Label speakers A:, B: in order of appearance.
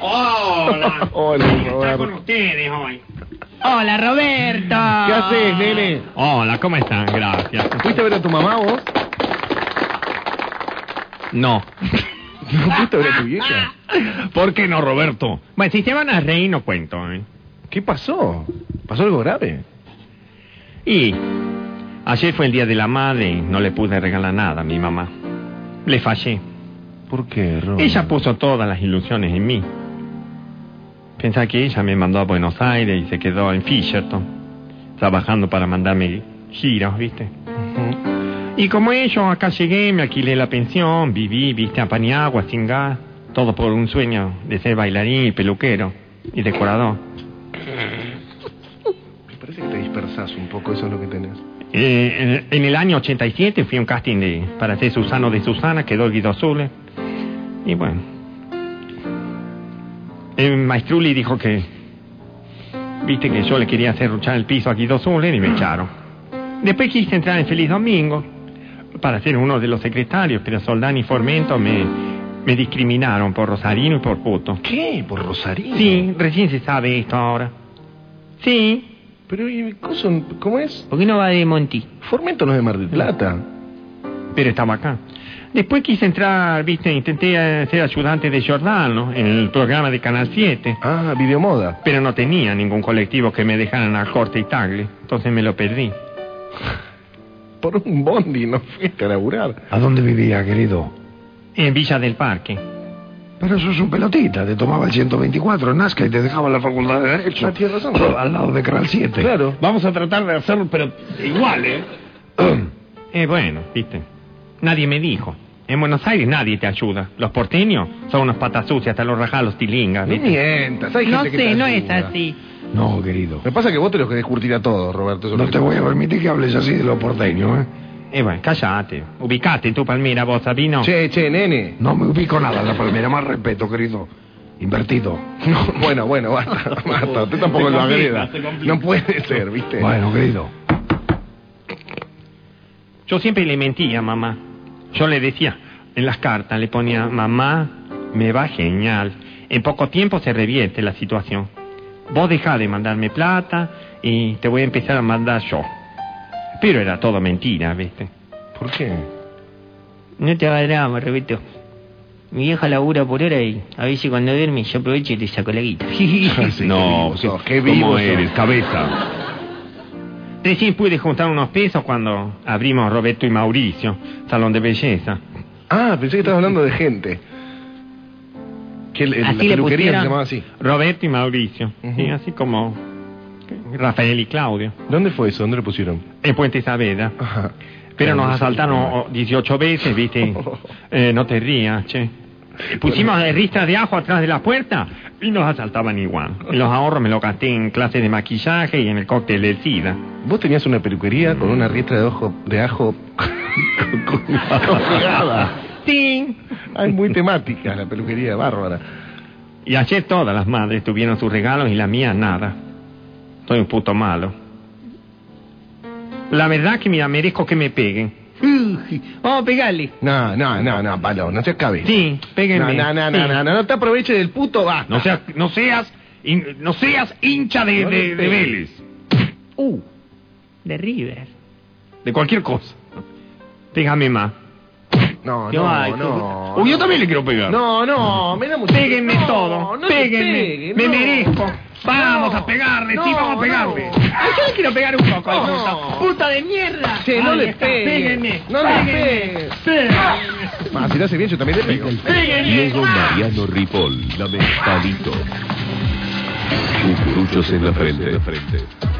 A: Hola.
B: Hola,
A: Está
B: Roberto.
A: con ustedes hoy.
C: Hola, Roberto.
B: ¿Qué haces, nene?
A: Hola, ¿cómo están? Gracias.
B: ¿Fuiste a ver a tu mamá vos?
A: No.
B: ¿No fuiste a ver a tu vieja?
A: ¿Por qué no, Roberto? Bueno, si se van a reír, no cuento, ¿eh?
B: ¿Qué pasó? ¿Pasó algo grave?
A: Y ayer fue el día de la madre y no le pude regalar nada a mi mamá. Le fallé.
B: ¿Por qué, Roberto?
A: Ella puso todas las ilusiones en mí. Pensá que ella me mandó a Buenos Aires y se quedó en Fisherton, trabajando para mandarme giras, ¿viste?
B: Ujú.
A: Y como ellos, acá llegué, me alquilé la pensión, viví, viste, a Paniagua, sin gas, todo por un sueño de ser bailarín y peluquero y decorador.
B: Me parece que te dispersas un poco, eso es lo que tenés.
A: Eh, en en el año 87 fui a un casting de, para ser Susano de Susana, quedó Guido Zule. Y bueno. Eh, Maestrulli dijo que. Viste que yo le quería hacer ruchar el piso a Guido Zule y me echaron. Después quise entrar en Feliz Domingo para ser uno de los secretarios, pero Soldani y Formento me, me discriminaron por Rosarino y por Puto.
B: ¿Qué? ¿Por Rosarino?
A: Sí, recién se sabe esto ahora. Sí,
B: Pero, ¿y cosa- cómo es?
A: porque no va de Monti.
B: Formento no es de Mar del Plata.
A: pero estaba acá. Después quise entrar, viste, intenté eh, ser ayudante de Giordano en el programa de Canal 7,
B: Ah, videomoda.
A: pero no tenía ningún colectivo que me dejaran a corte y tagle, entonces me lo perdí.
B: Por un bondi no fuiste a laburar.
D: ¿A dónde vivía, querido?
A: En Villa del Parque.
D: Pero eso es un pelotita. Te tomaba el 124 en Nazca y te dejaba en la Facultad de Derecho.
B: Ah, tienes razón.
D: Al lado de Canal 7.
B: Claro.
D: Vamos a tratar de hacerlo, pero igual, ¿eh?
A: Eh, bueno, viste, nadie me dijo. En Buenos Aires nadie te ayuda. Los porteños son unos patas sucias, hasta los rajados tilingas,
B: No
A: ¿viste?
B: mientas, hay
C: No
B: gente que te
C: sé, no es
B: ayuda.
C: así.
D: No, querido.
B: Me pasa que vos te lo querés curtir a todo, Roberto. eso es lo
D: No
B: que
D: te voy a permitir que hables así de los porteños, ¿eh?
A: Eh, bueno, callate. Ubicate en tu palmera, vos, Sabino.
B: Che, che, nene.
D: No me ubico nada en la palmera. Más respeto, querido. Invertido.
B: No, bueno, bueno, basta, basta. Tú tampoco
A: Se
B: lo
A: complica,
B: agredas.
A: se complica.
B: No puede ser, ¿viste?
D: Bueno, querido.
A: Yo siempre le mentía a mamá. Yo le decía, en las cartas le ponía, mamá, me va genial. En poco tiempo se revierte la situación. Vos dejá de mandarme plata y te voy a empezar a mandar yo. Pero era todo mentira, ¿viste?
B: ¿Por qué?
E: No te hagas drama, Roberto. Mi vieja labura por hora y a veces cuando duerme yo aprovecho y te saco la guita.
B: Sí, qué vivo sos, qué vivo sos.
A: cabeza. Recién pude juntar unos pesos cuando abrimos Roberto y Mauricio, salón de belleza.
B: Ah, pensé que estabas hablando de gente. Que el- el- la
E: Así le
B: peluquería se
E: pusieron.
B: llamaba así.
A: Roberto y Mauricio,
B: Ujú.
A: ¿sí? así como Rafael y Claudio.
B: ¿Dónde fue eso? ¿Dónde lo pusieron?
A: En Puente Saavedra.
B: Ajá.
A: Pero nos
B: Ah, sí,
A: asaltaron
B: claro.
A: oh, 18 veces, ¿viste? Eh, no te rías, che. Pusimos eh, ristas de ajo atrás de la puerta y nos asaltaban igual. Y los ahorros me los gasté en clases de maquillaje y en el cóctel del SIDA.
B: Vos tenías una peluquería con una riestra de, ojo, de ajo con- con- pegada.
A: ¡Ting!
B: Ah, es muy temática la peluquería, bárbara.
A: Y ayer todas las madres tuvieron sus regalos y la mía nada. Soy un puto malo. La verdad que mira, merezco que me peguen.
E: Vamos a pegarle.
B: No, no, no, no, palo, no seas cabeza.
A: Sí,
B: No,
A: péguenme.
B: no, no, no,
A: Sí.
B: no, no, no te aproveches del puto va.
A: No seas, no seas, hin- no seas hincha de,
B: No le
A: de, de
B: pegues.
A: Vélez.
E: Uh, de River.
A: De cualquier cosa. Pégame más.
B: No,
E: Yo,
B: no,
E: ay,
B: no.
A: O yo también le quiero pegar.
B: No, no, me da mucho.
A: Péguenme
B: no,
A: todo.
B: no te
A: Péguenme.
B: pegue,
A: Me
B: no.
A: merezco. Vamos a pegarle, sí,
B: no,
A: vamos a pegarle.
B: no.
A: Ah, Yo le quiero pegar un poco. al
B: No.
A: gusto.
E: ¡Puta de mierda!
B: Che, no
A: Ahí
B: le
A: está.
B: pegues.
A: Péguenme.
B: No le
A: Péguenme.
B: pegues.
A: Péguenme.
B: Ah, si lo hace bien, yo también le pego.
F: Diego Mariano Ripoll, lamentadito. Cucuruchos en la frente.